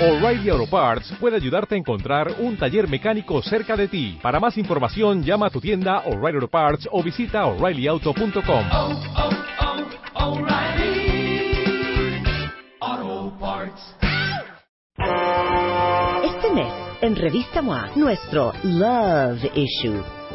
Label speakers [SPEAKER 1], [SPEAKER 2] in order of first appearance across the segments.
[SPEAKER 1] O'Reilly Auto Parts puede ayudarte a encontrar un taller mecánico cerca de ti. Para más información, llama a tu tienda O'Reilly Auto Parts o visita oreillyauto.com.
[SPEAKER 2] oh, oh, oh, O'Reilly. Auto Parts.
[SPEAKER 3] Este mes, en Revista MOA, nuestro Love Issue.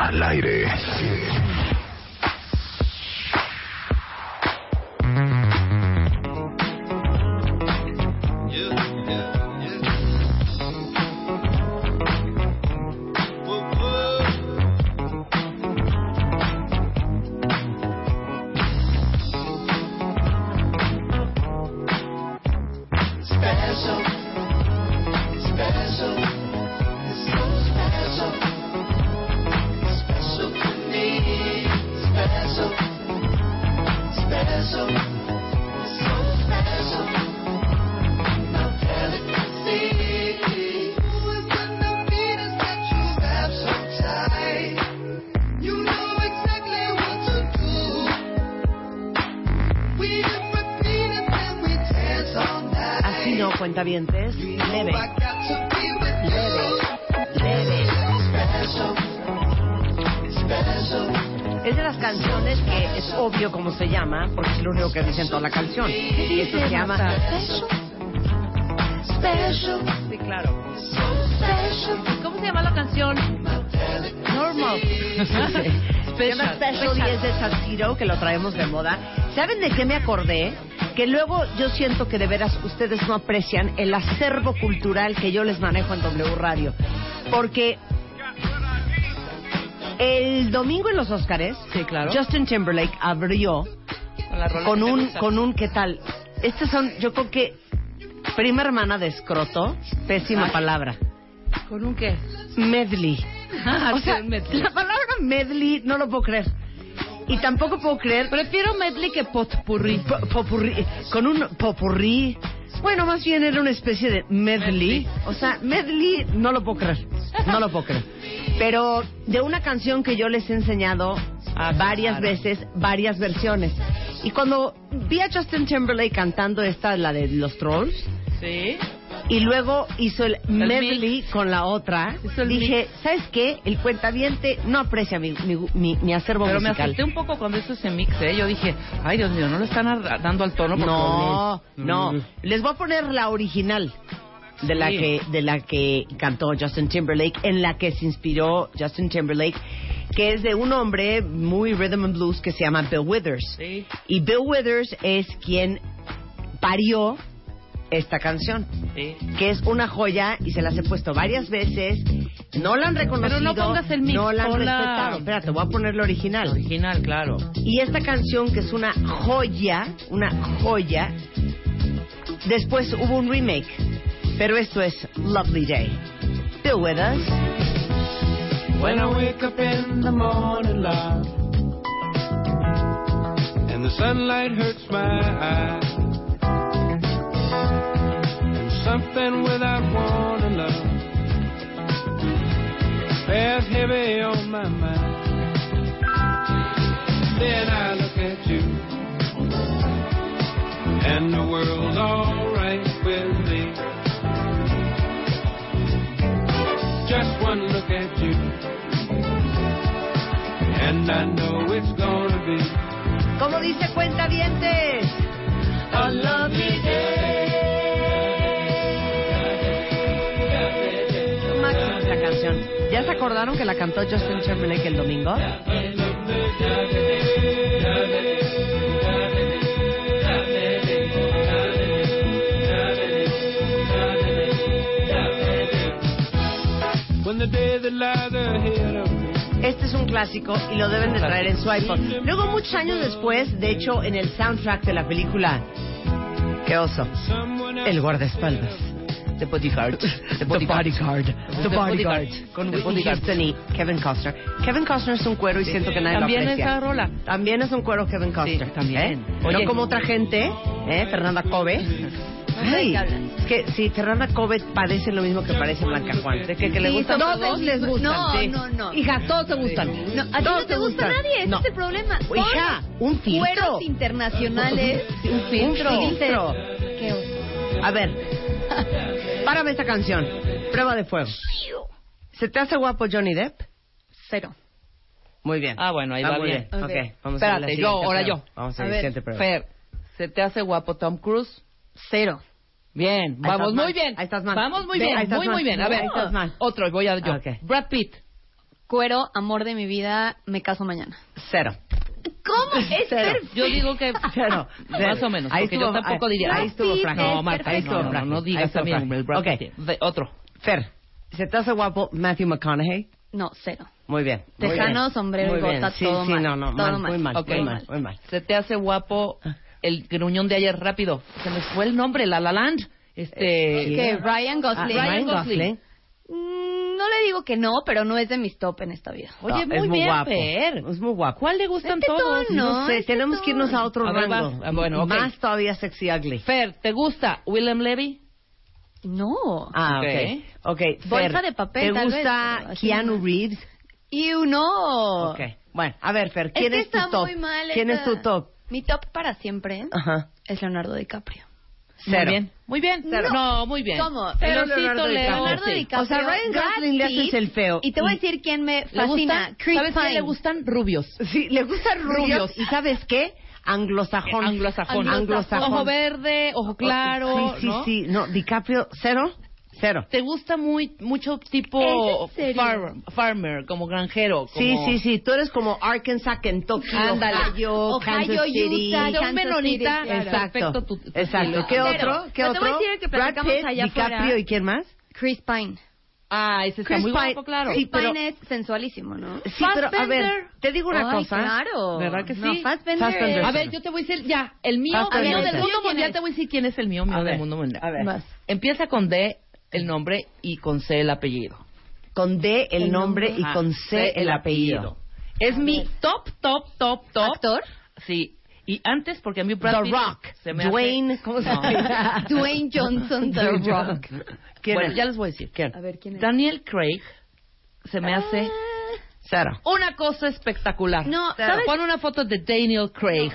[SPEAKER 4] Al aire.
[SPEAKER 2] Special, special, it's so special, special to me. Special, special, it's so special. Now tell it to see. Who is gonna be this that you grab so tight? You know exactly what to do. We have repeated and we dance all night.
[SPEAKER 3] Así no, cuenta dientes. Leve.
[SPEAKER 2] I got to be with you.
[SPEAKER 3] Leve.
[SPEAKER 2] Special, special,
[SPEAKER 3] Es de las canciones que es obvio cómo se llama, porque es lo único que dice en toda la canción. Y esto se llama...
[SPEAKER 2] special,
[SPEAKER 3] Sí, claro.
[SPEAKER 2] special.
[SPEAKER 5] ¿Cómo se llama la canción? Normal.
[SPEAKER 3] Se llama Special y es de Sassiro, que lo traemos de moda. ¿Saben de qué me acordé? Que luego yo siento que de veras ustedes no aprecian el acervo cultural que yo les manejo en W Radio. Porque el domingo en los Óscares,
[SPEAKER 5] Sí, claro.
[SPEAKER 3] Justin Timberlake abrió
[SPEAKER 5] Con la rola
[SPEAKER 3] con
[SPEAKER 5] que te
[SPEAKER 3] un,
[SPEAKER 5] gusta.
[SPEAKER 3] con un qué tal. Estas son, yo creo que prima hermana de escroto, pésima
[SPEAKER 5] Ay.
[SPEAKER 3] palabra.
[SPEAKER 5] Ah. ¿Con un qué?
[SPEAKER 3] Medley. O sea,
[SPEAKER 5] Con medley.
[SPEAKER 3] la palabra medley no lo puedo creer. Y tampoco puedo creer
[SPEAKER 5] Prefiero medley que potpourri.
[SPEAKER 3] po- popurrí, con un popurrí. Bueno, más bien era una especie de medley.
[SPEAKER 5] Medley.
[SPEAKER 3] O sea, medley no lo puedo creer. No lo puedo creer. Pero de una canción que yo les he enseñado
[SPEAKER 5] Ah,
[SPEAKER 3] varias
[SPEAKER 5] claro.
[SPEAKER 3] veces, varias versiones. Y cuando vi a Justin Timberlake cantando esta, la de los trolls,
[SPEAKER 5] Sí.
[SPEAKER 3] y luego hizo el, medley
[SPEAKER 5] mix.
[SPEAKER 3] con la otra.
[SPEAKER 5] Hizo el
[SPEAKER 3] Dije, ¿sabes qué? El cuentaviente no aprecia mi, mi, mi- mi acervo
[SPEAKER 5] Pero me
[SPEAKER 3] musical.
[SPEAKER 5] asusté un poco cuando hizo ese mix, ¿eh? Yo dije, ay, Dios mío, no lo están ar- dando al tono. porque-
[SPEAKER 3] No, mm. no. Les voy a poner la original de la
[SPEAKER 5] Sí.
[SPEAKER 3] que de la que cantó Justin Timberlake, en la que se inspiró Justin Timberlake, que es de un hombre muy rhythm and blues que se llama Bill Withers.
[SPEAKER 5] Sí.
[SPEAKER 3] Y Bill Withers es quien parió esta canción.
[SPEAKER 5] Sí.
[SPEAKER 3] que es una joya y se las he puesto varias veces. No la han reconocido.
[SPEAKER 5] Pero no pongas el mix,
[SPEAKER 3] No la han
[SPEAKER 5] pon la-
[SPEAKER 3] respetado. Espera, te voy a poner la original.
[SPEAKER 5] Original, claro.
[SPEAKER 3] Y esta canción, que es una joya, una joya, después hubo un remake. Pero esto es Lovely Day. Bill Withers.
[SPEAKER 6] When I wake up in the morning, love, and the sunlight hurts my eyes, and something without warning, love, bears heavy on my mind. Then I look at you, and the world's alright with me. Just one look at you. And I know it's gonna be
[SPEAKER 3] ¿Cómo dice cuenta dientes?
[SPEAKER 6] a lovely day.
[SPEAKER 3] La canción. ¿Ya se acordaron que la cantó Justin Timberlake el domingo?
[SPEAKER 6] When the day that lies ahead of me
[SPEAKER 3] Este es un clásico y lo deben de traer en su iPod. Luego, muchos años después, de hecho, en el soundtrack de la película... ¡Qué oso!
[SPEAKER 6] someone else
[SPEAKER 3] El guardaespaldas.
[SPEAKER 5] The Bodyguard. The
[SPEAKER 3] Bodyguard. The Bodyguard.
[SPEAKER 5] Con
[SPEAKER 3] The
[SPEAKER 5] Whitney
[SPEAKER 3] Bodyguard.
[SPEAKER 5] Houston.
[SPEAKER 3] y Kevin Costner. Kevin Costner es un cuero y siento que nadie
[SPEAKER 5] También
[SPEAKER 3] lo aprecia.
[SPEAKER 5] esa rola.
[SPEAKER 3] También es un cuero Kevin Costner.
[SPEAKER 5] Sí, también.
[SPEAKER 3] ¿eh?
[SPEAKER 5] Oye.
[SPEAKER 3] No como otra gente, ¿eh? Fernanda Kobe. Ay, es que si Fernanda Kobe padece lo mismo que padece Blanca Juan. De que, que le
[SPEAKER 7] Sí,
[SPEAKER 3] gustan
[SPEAKER 7] somos
[SPEAKER 3] todos
[SPEAKER 7] dos.
[SPEAKER 3] les gustan.
[SPEAKER 7] No,
[SPEAKER 3] sí.
[SPEAKER 7] no, no.
[SPEAKER 3] Hija, todos te gustan.
[SPEAKER 7] No, a ti no
[SPEAKER 3] Todos
[SPEAKER 7] te gusta
[SPEAKER 3] gustan.
[SPEAKER 7] nadie, ese
[SPEAKER 3] No.
[SPEAKER 7] es el problema. Son
[SPEAKER 3] Hija, un filtro.
[SPEAKER 7] Cueros internacionales.
[SPEAKER 3] Un filtro.
[SPEAKER 7] Un filtro. Qué oso.
[SPEAKER 3] A ver, párame esta canción. Prueba de fuego. ¿Se te hace guapo Johnny Depp?
[SPEAKER 7] Cero.
[SPEAKER 3] Muy bien.
[SPEAKER 5] Ah, bueno, ahí
[SPEAKER 3] Ah,
[SPEAKER 5] va
[SPEAKER 3] muy
[SPEAKER 5] bien.
[SPEAKER 3] bien. Ok,
[SPEAKER 7] Ok.
[SPEAKER 3] vamos a la
[SPEAKER 5] Espérate, yo,
[SPEAKER 3] siguiente
[SPEAKER 5] ahora
[SPEAKER 3] prueba.
[SPEAKER 5] yo.
[SPEAKER 3] Vamos a,
[SPEAKER 7] A
[SPEAKER 3] la
[SPEAKER 7] ver,
[SPEAKER 3] siguiente prueba.
[SPEAKER 5] Fer, ¿se te hace guapo Tom Cruise?
[SPEAKER 7] Cero.
[SPEAKER 5] Bien,
[SPEAKER 3] Ahí estás
[SPEAKER 5] vamos
[SPEAKER 3] mal,
[SPEAKER 5] muy bien.
[SPEAKER 3] ahí estás mal.
[SPEAKER 5] Vamos muy
[SPEAKER 3] Ve,
[SPEAKER 5] bien,
[SPEAKER 3] ahí estás
[SPEAKER 5] muy
[SPEAKER 3] mal.
[SPEAKER 5] muy bien. A ver,
[SPEAKER 3] Ahí estás mal.
[SPEAKER 5] otro, voy a yo.
[SPEAKER 3] Ok.
[SPEAKER 5] Brad Pitt.
[SPEAKER 7] Cuero, amor de mi vida, me caso mañana.
[SPEAKER 3] Cero.
[SPEAKER 7] ¿Cómo? Es
[SPEAKER 3] Cero.
[SPEAKER 7] perfecto.
[SPEAKER 5] Yo digo que
[SPEAKER 3] Cero.
[SPEAKER 5] más o menos,
[SPEAKER 3] Ahí
[SPEAKER 5] porque
[SPEAKER 3] estuvo-
[SPEAKER 5] yo tampoco
[SPEAKER 3] ahí-
[SPEAKER 5] diría.
[SPEAKER 3] ahí estuvo
[SPEAKER 5] "Ah,
[SPEAKER 3] Frank.
[SPEAKER 5] No,
[SPEAKER 3] Es
[SPEAKER 5] Marta, ahí
[SPEAKER 3] perfecto.
[SPEAKER 5] no, no, no
[SPEAKER 3] Ahí
[SPEAKER 5] digas
[SPEAKER 3] estuvo
[SPEAKER 5] también
[SPEAKER 3] Frank.
[SPEAKER 5] el Brad
[SPEAKER 3] Ok.
[SPEAKER 5] Pitt. Ve, Otro.
[SPEAKER 3] Fer, ¿se te hace guapo Matthew McConaughey?
[SPEAKER 7] No, cero.
[SPEAKER 3] Muy bien. muy
[SPEAKER 7] Tejano,
[SPEAKER 3] bien.
[SPEAKER 7] sombrero
[SPEAKER 3] Muy
[SPEAKER 7] y bota,
[SPEAKER 3] bien. sí,
[SPEAKER 7] todo
[SPEAKER 3] sí,
[SPEAKER 7] mal.
[SPEAKER 3] no, no,
[SPEAKER 7] Todo mal.
[SPEAKER 3] Muy mal,
[SPEAKER 5] Ok.
[SPEAKER 3] muy mal, muy mal.
[SPEAKER 5] ¿Se te hace guapo el gruñón de ayer rápido? Se me fue el nombre, La La Land. Este.
[SPEAKER 7] Que Ryan
[SPEAKER 3] Ah,
[SPEAKER 7] Gosling.
[SPEAKER 5] Ryan Gosling.
[SPEAKER 7] Mm, No le digo que no, pero no es de mis top en esta vida.
[SPEAKER 5] Oye,
[SPEAKER 3] No, es
[SPEAKER 5] muy bien,
[SPEAKER 3] guapo.
[SPEAKER 5] Fer.
[SPEAKER 3] Es muy guapo.
[SPEAKER 5] ¿Cuál le gustan
[SPEAKER 7] Este
[SPEAKER 5] todos?
[SPEAKER 7] tono.
[SPEAKER 3] No, sé,
[SPEAKER 7] este
[SPEAKER 3] tenemos que irnos a otro
[SPEAKER 5] A ver,
[SPEAKER 3] rango.
[SPEAKER 5] va. Ah, bueno, ok.
[SPEAKER 3] Más todavía sexy ugly.
[SPEAKER 5] Fer, ¿te gusta Willem Levy?
[SPEAKER 7] No.
[SPEAKER 3] Ah, ok. Ok,
[SPEAKER 7] Bolsa
[SPEAKER 3] Fer,
[SPEAKER 7] de papel,
[SPEAKER 3] ¿Te
[SPEAKER 7] tal vez,
[SPEAKER 3] gusta
[SPEAKER 7] pero así
[SPEAKER 3] Keanu
[SPEAKER 7] no.
[SPEAKER 3] Reeves?
[SPEAKER 7] Y uno.
[SPEAKER 3] Ok. Bueno, a ver, Fer, ¿quién
[SPEAKER 7] que
[SPEAKER 3] es,
[SPEAKER 7] está
[SPEAKER 3] tu top?
[SPEAKER 7] muy mal
[SPEAKER 3] ¿Quién
[SPEAKER 7] esa-
[SPEAKER 3] es tu top?
[SPEAKER 7] Mi top Ah. para siempre
[SPEAKER 3] Ajá.
[SPEAKER 7] es Leonardo Dicaprio.
[SPEAKER 3] Cero.
[SPEAKER 5] Muy bien. Muy bien.
[SPEAKER 7] Cero.
[SPEAKER 5] No, muy bien.
[SPEAKER 7] ¿Cómo?
[SPEAKER 5] Pero
[SPEAKER 3] Cero Leonardo DiCaprio.
[SPEAKER 7] Leonardo
[SPEAKER 5] sí.
[SPEAKER 7] DiCaprio.
[SPEAKER 3] O sea, Ryan
[SPEAKER 7] Brad
[SPEAKER 3] Gosling le haces
[SPEAKER 7] Pitt,
[SPEAKER 3] el feo.
[SPEAKER 7] Y te voy a
[SPEAKER 3] Y-
[SPEAKER 7] decir quién me
[SPEAKER 5] ¿Le
[SPEAKER 7] fascina.
[SPEAKER 5] gustan?
[SPEAKER 7] Chris
[SPEAKER 5] ¿Sabes qué?
[SPEAKER 7] Pine.
[SPEAKER 5] Le gustan rubios.
[SPEAKER 3] Sí, le gustan rubios.
[SPEAKER 5] Rubios.
[SPEAKER 3] ¿Y sabes qué? Anglosajón.
[SPEAKER 5] Anglosajón.
[SPEAKER 3] Anglosajón. Oh,
[SPEAKER 5] Ojo verde, ojo claro,
[SPEAKER 3] Sí, sí,
[SPEAKER 5] ¿no?
[SPEAKER 3] sí. No, DiCaprio, cero. Cero.
[SPEAKER 5] ¿Te gusta muy mucho tipo
[SPEAKER 7] ¿Es en serio?
[SPEAKER 5] farm- farmer, como granjero? Como...
[SPEAKER 3] Sí, sí, sí. Tú eres como Arkansas, Kentucky,
[SPEAKER 5] Ándale.
[SPEAKER 3] Ohio,
[SPEAKER 7] Ohio,
[SPEAKER 3] Kansas City.
[SPEAKER 7] Utah,
[SPEAKER 5] De un
[SPEAKER 7] Kansas
[SPEAKER 5] menonita,
[SPEAKER 7] City, claro.
[SPEAKER 5] perfecto
[SPEAKER 3] Exacto.
[SPEAKER 5] tu- tu
[SPEAKER 3] Exacto.
[SPEAKER 5] estilo.
[SPEAKER 3] ¿Qué
[SPEAKER 7] Pero,
[SPEAKER 3] otro? ¿Qué
[SPEAKER 7] pero te
[SPEAKER 3] otro?
[SPEAKER 7] voy a decir el que
[SPEAKER 3] Brad
[SPEAKER 7] platicamos
[SPEAKER 3] Pitt,
[SPEAKER 7] allá afuera.
[SPEAKER 3] DiCaprio y quién más?
[SPEAKER 7] Chris Pine.
[SPEAKER 5] Ah, ese está
[SPEAKER 3] Chris
[SPEAKER 5] muy
[SPEAKER 3] Pine-
[SPEAKER 5] guapo, claro.
[SPEAKER 3] Sí,
[SPEAKER 7] Chris
[SPEAKER 3] pero-
[SPEAKER 7] Pine es sensualísimo, ¿no?
[SPEAKER 3] Sí, pero a ver, te digo una
[SPEAKER 7] Ay,
[SPEAKER 3] cosa.
[SPEAKER 7] claro.
[SPEAKER 3] ¿Verdad que sí?
[SPEAKER 7] No, Fassbender
[SPEAKER 3] Fassbender.
[SPEAKER 7] es-
[SPEAKER 5] A ver, yo te voy a decir ya, el mío,
[SPEAKER 3] Hasta
[SPEAKER 5] el
[SPEAKER 3] el
[SPEAKER 5] mío
[SPEAKER 3] mío.
[SPEAKER 5] del
[SPEAKER 7] ¿Quién
[SPEAKER 5] mundo mundial,
[SPEAKER 7] es?
[SPEAKER 5] te voy a decir quién es el mío, mío
[SPEAKER 3] Ah, A
[SPEAKER 5] del
[SPEAKER 3] ver,
[SPEAKER 5] mundo mundial.
[SPEAKER 3] a ver.
[SPEAKER 7] Vas.
[SPEAKER 5] Empieza con D el nombre y con C el apellido.
[SPEAKER 3] Con D el,
[SPEAKER 7] El
[SPEAKER 3] nombre
[SPEAKER 7] nombre.
[SPEAKER 3] y con C el apellido.
[SPEAKER 5] Es mi top, top, top, top.
[SPEAKER 7] ¿Actor?
[SPEAKER 5] Sí. Y antes, porque a mí Brad
[SPEAKER 3] The
[SPEAKER 5] Pitt
[SPEAKER 3] Rock.
[SPEAKER 5] se me hace-
[SPEAKER 3] Dwayne, ¿cómo se
[SPEAKER 5] No.
[SPEAKER 3] llama?
[SPEAKER 7] Dwayne Johnson, The
[SPEAKER 3] Dwayne
[SPEAKER 7] Rock.
[SPEAKER 3] Johnson. ¿Quién
[SPEAKER 5] Bueno,
[SPEAKER 3] es?
[SPEAKER 5] ya les voy a decir.
[SPEAKER 3] ¿Quién?
[SPEAKER 7] A ver, ¿quién es? Ah,
[SPEAKER 5] Daniel Craig se me hace
[SPEAKER 3] Ah. Sara.
[SPEAKER 5] una cosa espectacular.
[SPEAKER 7] No, ¿sabes?
[SPEAKER 5] Pon una foto de Daniel Craig.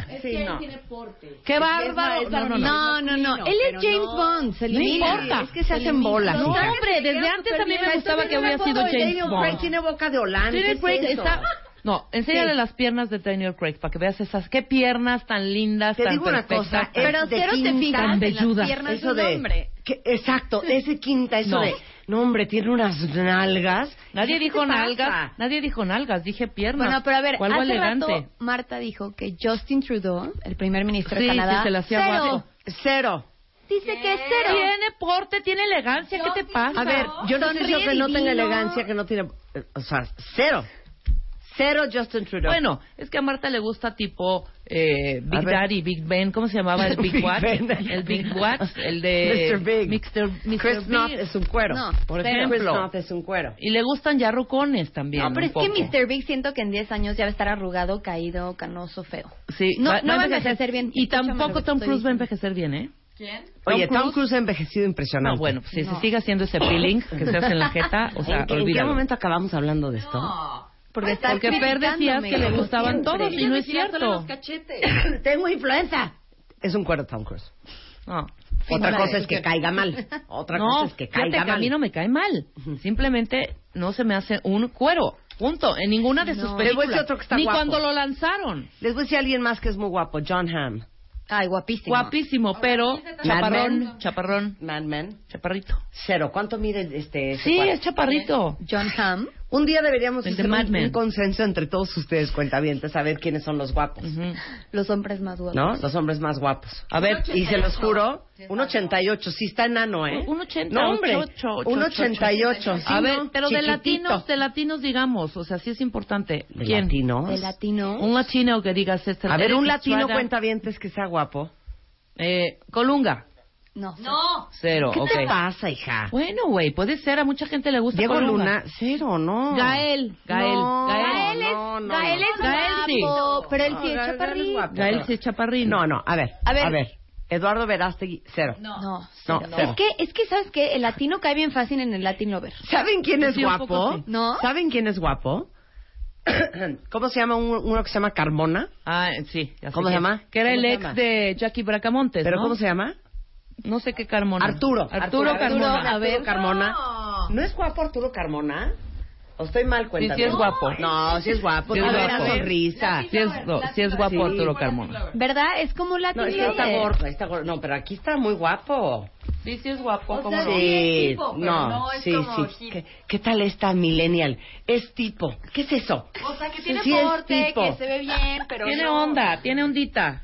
[SPEAKER 5] ¡Qué bárbaro!
[SPEAKER 7] No, no, no. Él es James Bond. Se
[SPEAKER 5] No
[SPEAKER 7] elimina.
[SPEAKER 5] importa.
[SPEAKER 7] Es que se hacen bolas.
[SPEAKER 5] No, hombre, desde antes a mí me gustaba que hubiera sido James Bond.
[SPEAKER 3] tiene boca de Holanda.
[SPEAKER 5] Daniel Craig está... No, enséñale las piernas de Daniel Craig para que veas esas... ¡Qué piernas tan lindas,
[SPEAKER 3] Te
[SPEAKER 5] tan
[SPEAKER 3] digo una
[SPEAKER 5] perfectas!
[SPEAKER 3] cosa,
[SPEAKER 5] tan-
[SPEAKER 3] es
[SPEAKER 7] Pero
[SPEAKER 3] de
[SPEAKER 7] cero te
[SPEAKER 3] tinta,
[SPEAKER 7] fijas
[SPEAKER 5] tan
[SPEAKER 7] en
[SPEAKER 5] velluda.
[SPEAKER 7] las piernas
[SPEAKER 3] eso
[SPEAKER 7] de un
[SPEAKER 3] de
[SPEAKER 7] hombre.
[SPEAKER 3] que- exacto, ese quinta, eso
[SPEAKER 5] No.
[SPEAKER 3] de no hombre, tiene unas nalgas.
[SPEAKER 5] Nadie
[SPEAKER 3] ¿Qué
[SPEAKER 5] dijo
[SPEAKER 3] te pasa?
[SPEAKER 5] nalgas, nadie dijo nalgas, dije piernas.
[SPEAKER 7] Bueno, pero a ver,
[SPEAKER 5] ¿Cuál va
[SPEAKER 7] hace
[SPEAKER 5] elegante?
[SPEAKER 7] rato Marta dijo que Justin Trudeau, el primer ministro
[SPEAKER 5] Sí,
[SPEAKER 7] de
[SPEAKER 5] sí,
[SPEAKER 7] Canadá,
[SPEAKER 5] se la hacía
[SPEAKER 7] cero.
[SPEAKER 5] guapo.
[SPEAKER 3] Cero.
[SPEAKER 7] Dice que es
[SPEAKER 3] este
[SPEAKER 7] cero.
[SPEAKER 5] Tiene porte, tiene elegancia, ¿qué te pasa?
[SPEAKER 3] A ver, yo no sé
[SPEAKER 7] Sonríe
[SPEAKER 3] yo que no tenga
[SPEAKER 7] divino.
[SPEAKER 3] elegancia, que no tiene, eh, o sea, cero. Cero Justin Trudeau.
[SPEAKER 5] Bueno, es que a Marta le gusta tipo eh,
[SPEAKER 3] A
[SPEAKER 5] Big
[SPEAKER 3] ver.
[SPEAKER 5] Daddy, Big Ben, ¿cómo se llamaba el Big,
[SPEAKER 3] Big
[SPEAKER 5] Watch?
[SPEAKER 3] Ben.
[SPEAKER 5] El Big Watch, el de...
[SPEAKER 3] Mr. Big.
[SPEAKER 5] Mr. Mr.
[SPEAKER 3] Chris
[SPEAKER 5] Big.
[SPEAKER 3] Knott es un cuero.
[SPEAKER 7] No,
[SPEAKER 3] por
[SPEAKER 7] cero.
[SPEAKER 3] ejemplo. Chris
[SPEAKER 5] Ejemplo.
[SPEAKER 3] Knott es un cuero.
[SPEAKER 5] Y le gustan ya rucones también.
[SPEAKER 7] No, pero
[SPEAKER 5] un
[SPEAKER 7] es que
[SPEAKER 5] poco.
[SPEAKER 7] Mr. Big siento que en 10 años ya va a estar arrugado, caído, canoso, feo.
[SPEAKER 5] Sí,
[SPEAKER 7] No, no va a envejecer bien.
[SPEAKER 5] Y
[SPEAKER 7] Escúchame lo
[SPEAKER 5] tampoco
[SPEAKER 7] que
[SPEAKER 5] Tom
[SPEAKER 7] estoy
[SPEAKER 5] Cruise va a
[SPEAKER 7] diciendo.
[SPEAKER 5] envejecer bien, ¿eh?
[SPEAKER 3] Oye,
[SPEAKER 5] Tom
[SPEAKER 3] Tom Cruise ha envejecido impresionante.
[SPEAKER 5] No, bueno, pues, si
[SPEAKER 7] No.
[SPEAKER 5] se sigue haciendo ese peeling que se hace en la jeta, o sea,
[SPEAKER 3] Ah, ¿En, qué- en qué
[SPEAKER 5] olvídalo.
[SPEAKER 3] momento acabamos hablando de esto?
[SPEAKER 7] Porque, está
[SPEAKER 5] Porque Fer decías que le gustaban todos y no es cierto.
[SPEAKER 3] Tengo influenza. Es un cuero Tom Cruise.
[SPEAKER 5] No.
[SPEAKER 3] Otra
[SPEAKER 7] no,
[SPEAKER 3] cosa
[SPEAKER 7] es
[SPEAKER 3] es que caiga mal. Otra
[SPEAKER 5] No,
[SPEAKER 3] cosa es que
[SPEAKER 5] fíjate
[SPEAKER 3] caiga
[SPEAKER 5] que a mí no
[SPEAKER 3] mal.
[SPEAKER 5] me cae mal. Simplemente no se me hace un cuero. Punto. En ninguna de sus
[SPEAKER 7] No.
[SPEAKER 3] Les voy a decir
[SPEAKER 5] películas.
[SPEAKER 3] otro que está
[SPEAKER 5] Ni
[SPEAKER 3] guapo.
[SPEAKER 5] cuando lo lanzaron.
[SPEAKER 3] Les voy a decir a alguien más que es muy guapo, John Hamm.
[SPEAKER 7] Ay, guapísimo.
[SPEAKER 5] Guapísimo, pero
[SPEAKER 3] Mad
[SPEAKER 5] chaparrón, chaparrón,
[SPEAKER 3] Mad Men.
[SPEAKER 5] chaparrito.
[SPEAKER 3] Cero. ¿Cuánto mide este? ese
[SPEAKER 5] Sí,
[SPEAKER 3] cuadro?
[SPEAKER 5] es chaparrito.
[SPEAKER 7] John Hamm.
[SPEAKER 3] Un día deberíamos
[SPEAKER 5] El de
[SPEAKER 3] hacer
[SPEAKER 5] Mad
[SPEAKER 3] un,
[SPEAKER 5] Men.
[SPEAKER 3] un consenso entre todos ustedes, cuentavientes, saber quiénes son los guapos.
[SPEAKER 5] Ujú.
[SPEAKER 7] Los hombres más guapos.
[SPEAKER 3] ¿No? Los hombres más guapos.
[SPEAKER 5] A ver,
[SPEAKER 3] Y se los juro, un 88, sí está enano, ¿eh?
[SPEAKER 5] Un 80,
[SPEAKER 3] No, hombre,
[SPEAKER 5] ocho, ocho,
[SPEAKER 3] un
[SPEAKER 5] ocho,
[SPEAKER 3] 88. sí,
[SPEAKER 5] a ver,
[SPEAKER 3] ¿no?
[SPEAKER 5] pero de
[SPEAKER 3] Chiquitito.
[SPEAKER 5] latinos, de latinos digamos, o sea, sí es importante.
[SPEAKER 3] ¿De
[SPEAKER 5] ¿Quién?
[SPEAKER 3] latinos?
[SPEAKER 7] De latino.
[SPEAKER 5] Un latino que digas este.
[SPEAKER 3] A ver,
[SPEAKER 5] Eric
[SPEAKER 3] un latino
[SPEAKER 5] Estrada,
[SPEAKER 3] cuentavientes que sea guapo.
[SPEAKER 5] Eh, Colunga.
[SPEAKER 7] No.
[SPEAKER 8] No.
[SPEAKER 5] Cero,
[SPEAKER 3] ¿Qué
[SPEAKER 5] ok.
[SPEAKER 3] te pasa, hija?
[SPEAKER 5] Bueno, güey, puede ser. A mucha gente le gusta
[SPEAKER 3] Diego
[SPEAKER 5] Colunga.
[SPEAKER 3] Luna, cero, ¿no?
[SPEAKER 5] Gael. Gael.
[SPEAKER 3] No,
[SPEAKER 5] Gael.
[SPEAKER 7] Gael es,
[SPEAKER 3] no, no,
[SPEAKER 7] Gael
[SPEAKER 3] no.
[SPEAKER 7] es
[SPEAKER 5] Gael sí.
[SPEAKER 7] guapo, pero él
[SPEAKER 3] No,
[SPEAKER 7] sí es
[SPEAKER 3] Gael- Gael es
[SPEAKER 7] chaparrito.
[SPEAKER 3] guapo.
[SPEAKER 5] Gael sí, Chaparrín.
[SPEAKER 3] No, no, a ver, a
[SPEAKER 7] A
[SPEAKER 3] ver.
[SPEAKER 7] ver.
[SPEAKER 3] Eduardo Verástegui, cero.
[SPEAKER 7] No.
[SPEAKER 3] No, cero.
[SPEAKER 7] Es que, es que, ¿sabes qué? El latino cae bien fácil en el Latin Lover.
[SPEAKER 3] ¿Saben quién es
[SPEAKER 5] Sí, un poco
[SPEAKER 3] guapo?
[SPEAKER 5] sí.
[SPEAKER 7] ¿No?
[SPEAKER 3] ¿Saben quién es guapo? ¿Cómo se llama un- uno que se llama Carmona?
[SPEAKER 5] Ah, sí. ya sé
[SPEAKER 3] ¿Cómo se
[SPEAKER 5] quién.
[SPEAKER 3] llama?
[SPEAKER 5] Que era
[SPEAKER 3] ¿Cómo
[SPEAKER 5] el
[SPEAKER 3] se
[SPEAKER 5] ex
[SPEAKER 3] llama?
[SPEAKER 5] de Jackie Bracamontes,
[SPEAKER 3] ¿Pero
[SPEAKER 5] ¿no?
[SPEAKER 3] cómo se llama?
[SPEAKER 5] No sé qué Carmona.
[SPEAKER 3] Arturo.
[SPEAKER 5] Arturo, Carmona.
[SPEAKER 3] Arturo,
[SPEAKER 5] a ver.
[SPEAKER 3] Carmona. No. es guapo Arturo Carmona? ¿O estoy mal cuenta?
[SPEAKER 5] Sí, sí es guapo.
[SPEAKER 3] No, sí es guapo.
[SPEAKER 5] Sí es
[SPEAKER 3] tiene una
[SPEAKER 5] guapo.
[SPEAKER 3] sonrisa.
[SPEAKER 5] Sí es, no, sí es guapo Arturo Carmona.
[SPEAKER 7] ¿Verdad? Es como un Latin
[SPEAKER 3] No, es que está
[SPEAKER 7] Lover.
[SPEAKER 3] gordo, está gordo. No, pero aquí está muy guapo.
[SPEAKER 5] Sí, sí es guapo. ¿cómo
[SPEAKER 8] sea,
[SPEAKER 5] no?
[SPEAKER 8] sí. es tipo, pero no es
[SPEAKER 3] sí,
[SPEAKER 8] como
[SPEAKER 3] sí.
[SPEAKER 8] hip.
[SPEAKER 3] ¿Qué, qué tal esta millennial? Es tipo. ¿Qué es eso?
[SPEAKER 8] O sea, que tiene
[SPEAKER 3] Sí, sí es
[SPEAKER 8] porte,
[SPEAKER 3] tipo.
[SPEAKER 8] que se ve bien, pero
[SPEAKER 5] Tiene
[SPEAKER 8] no.
[SPEAKER 5] onda, tiene ondita.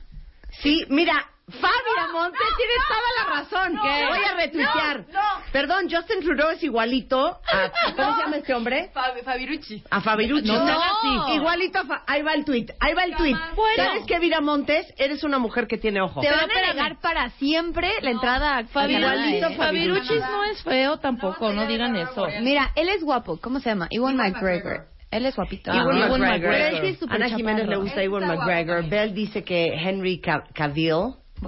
[SPEAKER 3] Sí, mira, Fabi Amonte
[SPEAKER 8] no,
[SPEAKER 3] tiene
[SPEAKER 8] no,
[SPEAKER 3] toda la razón.
[SPEAKER 8] no,
[SPEAKER 3] ¿Qué?
[SPEAKER 8] no,
[SPEAKER 3] Voy a retuitear.
[SPEAKER 8] no, no.
[SPEAKER 3] Perdón, Justin Trudeau es igualito a... ¿Cómo se llama este hombre?
[SPEAKER 8] Fabi, Fabirucci.
[SPEAKER 3] A Fabirucci.
[SPEAKER 5] No, no, sí.
[SPEAKER 3] Igualito a Fa- Ahí va el tuit, ahí va el tuit.
[SPEAKER 8] Bueno.
[SPEAKER 3] ¿Sabes qué, Vira Montes? Eres una mujer que tiene ojos.
[SPEAKER 7] Te van a negar para siempre la entrada a
[SPEAKER 5] Fabiruchis,
[SPEAKER 7] Canadá, ¿eh?
[SPEAKER 5] Fabiruchis no es feo tampoco, no digan eso.
[SPEAKER 7] Mira, él es guapo. ¿Cómo se llama? Ewan McGregor. Él es guapito.
[SPEAKER 5] Ah, Ewan
[SPEAKER 7] Ewan
[SPEAKER 5] McGregor.
[SPEAKER 7] Pero él sí es súper
[SPEAKER 3] Ana Jiménez
[SPEAKER 7] chaparro.
[SPEAKER 3] le gusta a Ewan
[SPEAKER 8] Está guapo
[SPEAKER 3] McGregor.
[SPEAKER 8] también.
[SPEAKER 3] Bell dice que Henry Ca- Cavill.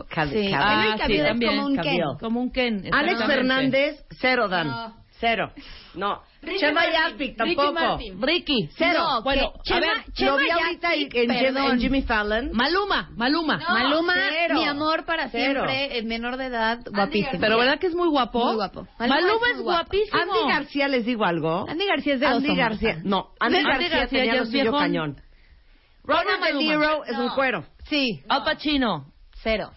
[SPEAKER 3] Ca-
[SPEAKER 7] Sí.
[SPEAKER 3] Cavill.
[SPEAKER 5] Ah, sí,
[SPEAKER 7] Cavill es
[SPEAKER 5] también.
[SPEAKER 7] como un Ken.
[SPEAKER 5] Cavill. Como un Ken.
[SPEAKER 3] Alex
[SPEAKER 5] exactamente.
[SPEAKER 3] Fernández, cero, Dan.
[SPEAKER 8] No.
[SPEAKER 3] Cero. No.
[SPEAKER 8] Ricky
[SPEAKER 3] Chema
[SPEAKER 8] Martin.
[SPEAKER 3] Yapik,
[SPEAKER 8] Ricky
[SPEAKER 3] tampoco.
[SPEAKER 8] Martin.
[SPEAKER 5] Ricky.
[SPEAKER 3] Cero.
[SPEAKER 7] No,
[SPEAKER 5] Bueno,
[SPEAKER 7] que
[SPEAKER 5] a
[SPEAKER 7] Chema-
[SPEAKER 5] ver,
[SPEAKER 7] Chema
[SPEAKER 3] Lo vi
[SPEAKER 7] ya
[SPEAKER 3] ahorita
[SPEAKER 7] sí,
[SPEAKER 3] en, en Jim-
[SPEAKER 7] perdón.
[SPEAKER 3] en Jimmy Fallon.
[SPEAKER 5] Maluma, Maluma.
[SPEAKER 8] No.
[SPEAKER 7] Maluma,
[SPEAKER 3] Cero.
[SPEAKER 7] mi amor para
[SPEAKER 3] Cero.
[SPEAKER 7] siempre, eh, menor de edad, guapísimo.
[SPEAKER 5] Pero ¿verdad que es muy guapo?
[SPEAKER 7] Muy guapo.
[SPEAKER 5] Maluma,
[SPEAKER 7] Maluma
[SPEAKER 5] es,
[SPEAKER 7] es muy guapo.
[SPEAKER 5] guapísimo.
[SPEAKER 3] Andy García, les digo algo.
[SPEAKER 7] Andy García es de
[SPEAKER 3] Andy
[SPEAKER 7] oso,
[SPEAKER 3] García.
[SPEAKER 7] Marta.
[SPEAKER 3] No, Andy,
[SPEAKER 5] Andy
[SPEAKER 3] García,
[SPEAKER 5] García
[SPEAKER 3] tenía
[SPEAKER 5] ya
[SPEAKER 3] lo
[SPEAKER 5] es
[SPEAKER 3] suyo
[SPEAKER 5] viejón.
[SPEAKER 3] cañón.
[SPEAKER 5] Ronald
[SPEAKER 3] Robert De
[SPEAKER 5] Maluma.
[SPEAKER 3] Niro es un cuero.
[SPEAKER 7] Sí,
[SPEAKER 5] Al Pacino.
[SPEAKER 7] cero.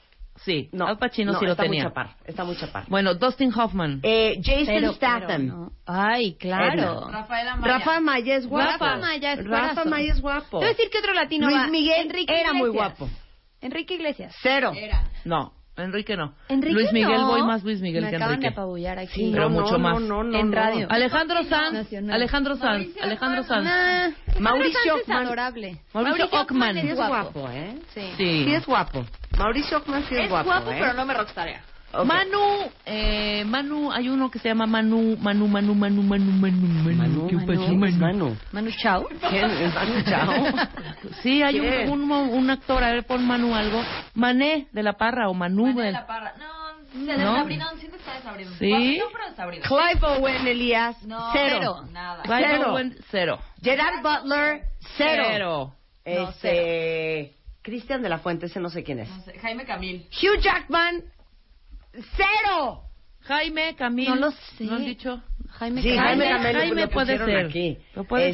[SPEAKER 5] Sí,
[SPEAKER 3] No,
[SPEAKER 5] Al Pacino
[SPEAKER 3] no,
[SPEAKER 5] sí lo
[SPEAKER 3] está
[SPEAKER 5] tenía.
[SPEAKER 3] Muy chapar, está muy chapar.
[SPEAKER 5] Bueno, Dustin Hoffman.
[SPEAKER 3] Eh, Jason
[SPEAKER 7] Pero,
[SPEAKER 3] Statham.
[SPEAKER 7] pero no. Ay, claro.
[SPEAKER 3] Edna.
[SPEAKER 8] Rafael Amaya.
[SPEAKER 3] Rafa Maya es guapo.
[SPEAKER 7] Rafa Maya es
[SPEAKER 3] Rafa
[SPEAKER 7] cuerazo.
[SPEAKER 3] Maya es guapo.
[SPEAKER 7] Te voy a decir que otro latino
[SPEAKER 3] Luis
[SPEAKER 7] va.
[SPEAKER 3] Miguel
[SPEAKER 7] Enrique
[SPEAKER 3] era muy
[SPEAKER 7] Iglesias.
[SPEAKER 3] guapo.
[SPEAKER 7] Enrique Iglesias.
[SPEAKER 3] Cero.
[SPEAKER 8] Era.
[SPEAKER 5] No, Enrique no.
[SPEAKER 7] Enrique
[SPEAKER 5] Luis Miguel,
[SPEAKER 7] no.
[SPEAKER 5] voy más Luis Miguel
[SPEAKER 7] Me
[SPEAKER 5] que
[SPEAKER 7] acaban de
[SPEAKER 5] Enrique.
[SPEAKER 7] apabullar aquí.
[SPEAKER 3] Sí,
[SPEAKER 5] Pero
[SPEAKER 3] no, no,
[SPEAKER 5] mucho más.
[SPEAKER 3] no, no,
[SPEAKER 7] En
[SPEAKER 3] no.
[SPEAKER 7] radio.
[SPEAKER 5] Alejandro Sanz.
[SPEAKER 7] Nacional.
[SPEAKER 5] Alejandro Sanz.
[SPEAKER 8] Mauricio
[SPEAKER 5] Alejandro Sanz.
[SPEAKER 7] Nah,
[SPEAKER 3] Mauricio
[SPEAKER 7] Sanz es
[SPEAKER 3] Ockman.
[SPEAKER 7] adorable.
[SPEAKER 5] Mauricio Ockman.
[SPEAKER 3] Sí es
[SPEAKER 7] es
[SPEAKER 3] guapo,
[SPEAKER 7] guapo.
[SPEAKER 3] ¿eh?
[SPEAKER 7] Sí.
[SPEAKER 5] Sí.
[SPEAKER 3] Sí es guapo. Mauricio Ockman sí es,
[SPEAKER 8] Es guapo,
[SPEAKER 3] ¿eh?
[SPEAKER 8] pero no me rockstarea.
[SPEAKER 3] Ok.
[SPEAKER 5] Manu, eh, Manu, hay uno que se llama Manu, Manu, Manu, Manu, Manu, Manu, Manu.
[SPEAKER 3] Manu,
[SPEAKER 5] ¿Qué pasó,
[SPEAKER 3] ¿quién es Manu?
[SPEAKER 7] Manu Chao.
[SPEAKER 3] ¿Quién es Manu Chao?
[SPEAKER 5] Sí, hay
[SPEAKER 3] ¿Quién?
[SPEAKER 5] un, un, un actor, a ver, pon Manu algo. Mané de la Parra o Manu.
[SPEAKER 8] Manuel
[SPEAKER 5] del-
[SPEAKER 8] La Parra. No, se
[SPEAKER 5] ¿No?
[SPEAKER 8] desabrieron, siento que está desabrieron.
[SPEAKER 5] ¿Sí?
[SPEAKER 8] Guapito, pero desabrieron.
[SPEAKER 3] Clive Owen Elías,
[SPEAKER 8] No,
[SPEAKER 3] cero.
[SPEAKER 8] Nada.
[SPEAKER 5] Ryan
[SPEAKER 3] Cero.
[SPEAKER 5] Owen, cero.
[SPEAKER 3] Gerard Butler, cero.
[SPEAKER 5] Cero.
[SPEAKER 3] Este,
[SPEAKER 8] No,
[SPEAKER 3] Cristian de la Fuente, ese no sé quién es.
[SPEAKER 8] No sé, Jaime Camil.
[SPEAKER 3] Hugh Jackman, cero.
[SPEAKER 5] Jaime, Camil.
[SPEAKER 7] No lo sé.
[SPEAKER 5] ¿No han dicho?
[SPEAKER 7] Jaime
[SPEAKER 3] Sí, Jaime,
[SPEAKER 5] Jaime
[SPEAKER 3] Camelo,
[SPEAKER 5] Jaime
[SPEAKER 3] lo
[SPEAKER 5] puede
[SPEAKER 3] pusieron
[SPEAKER 5] ser.
[SPEAKER 3] Aquí.
[SPEAKER 5] Lo puede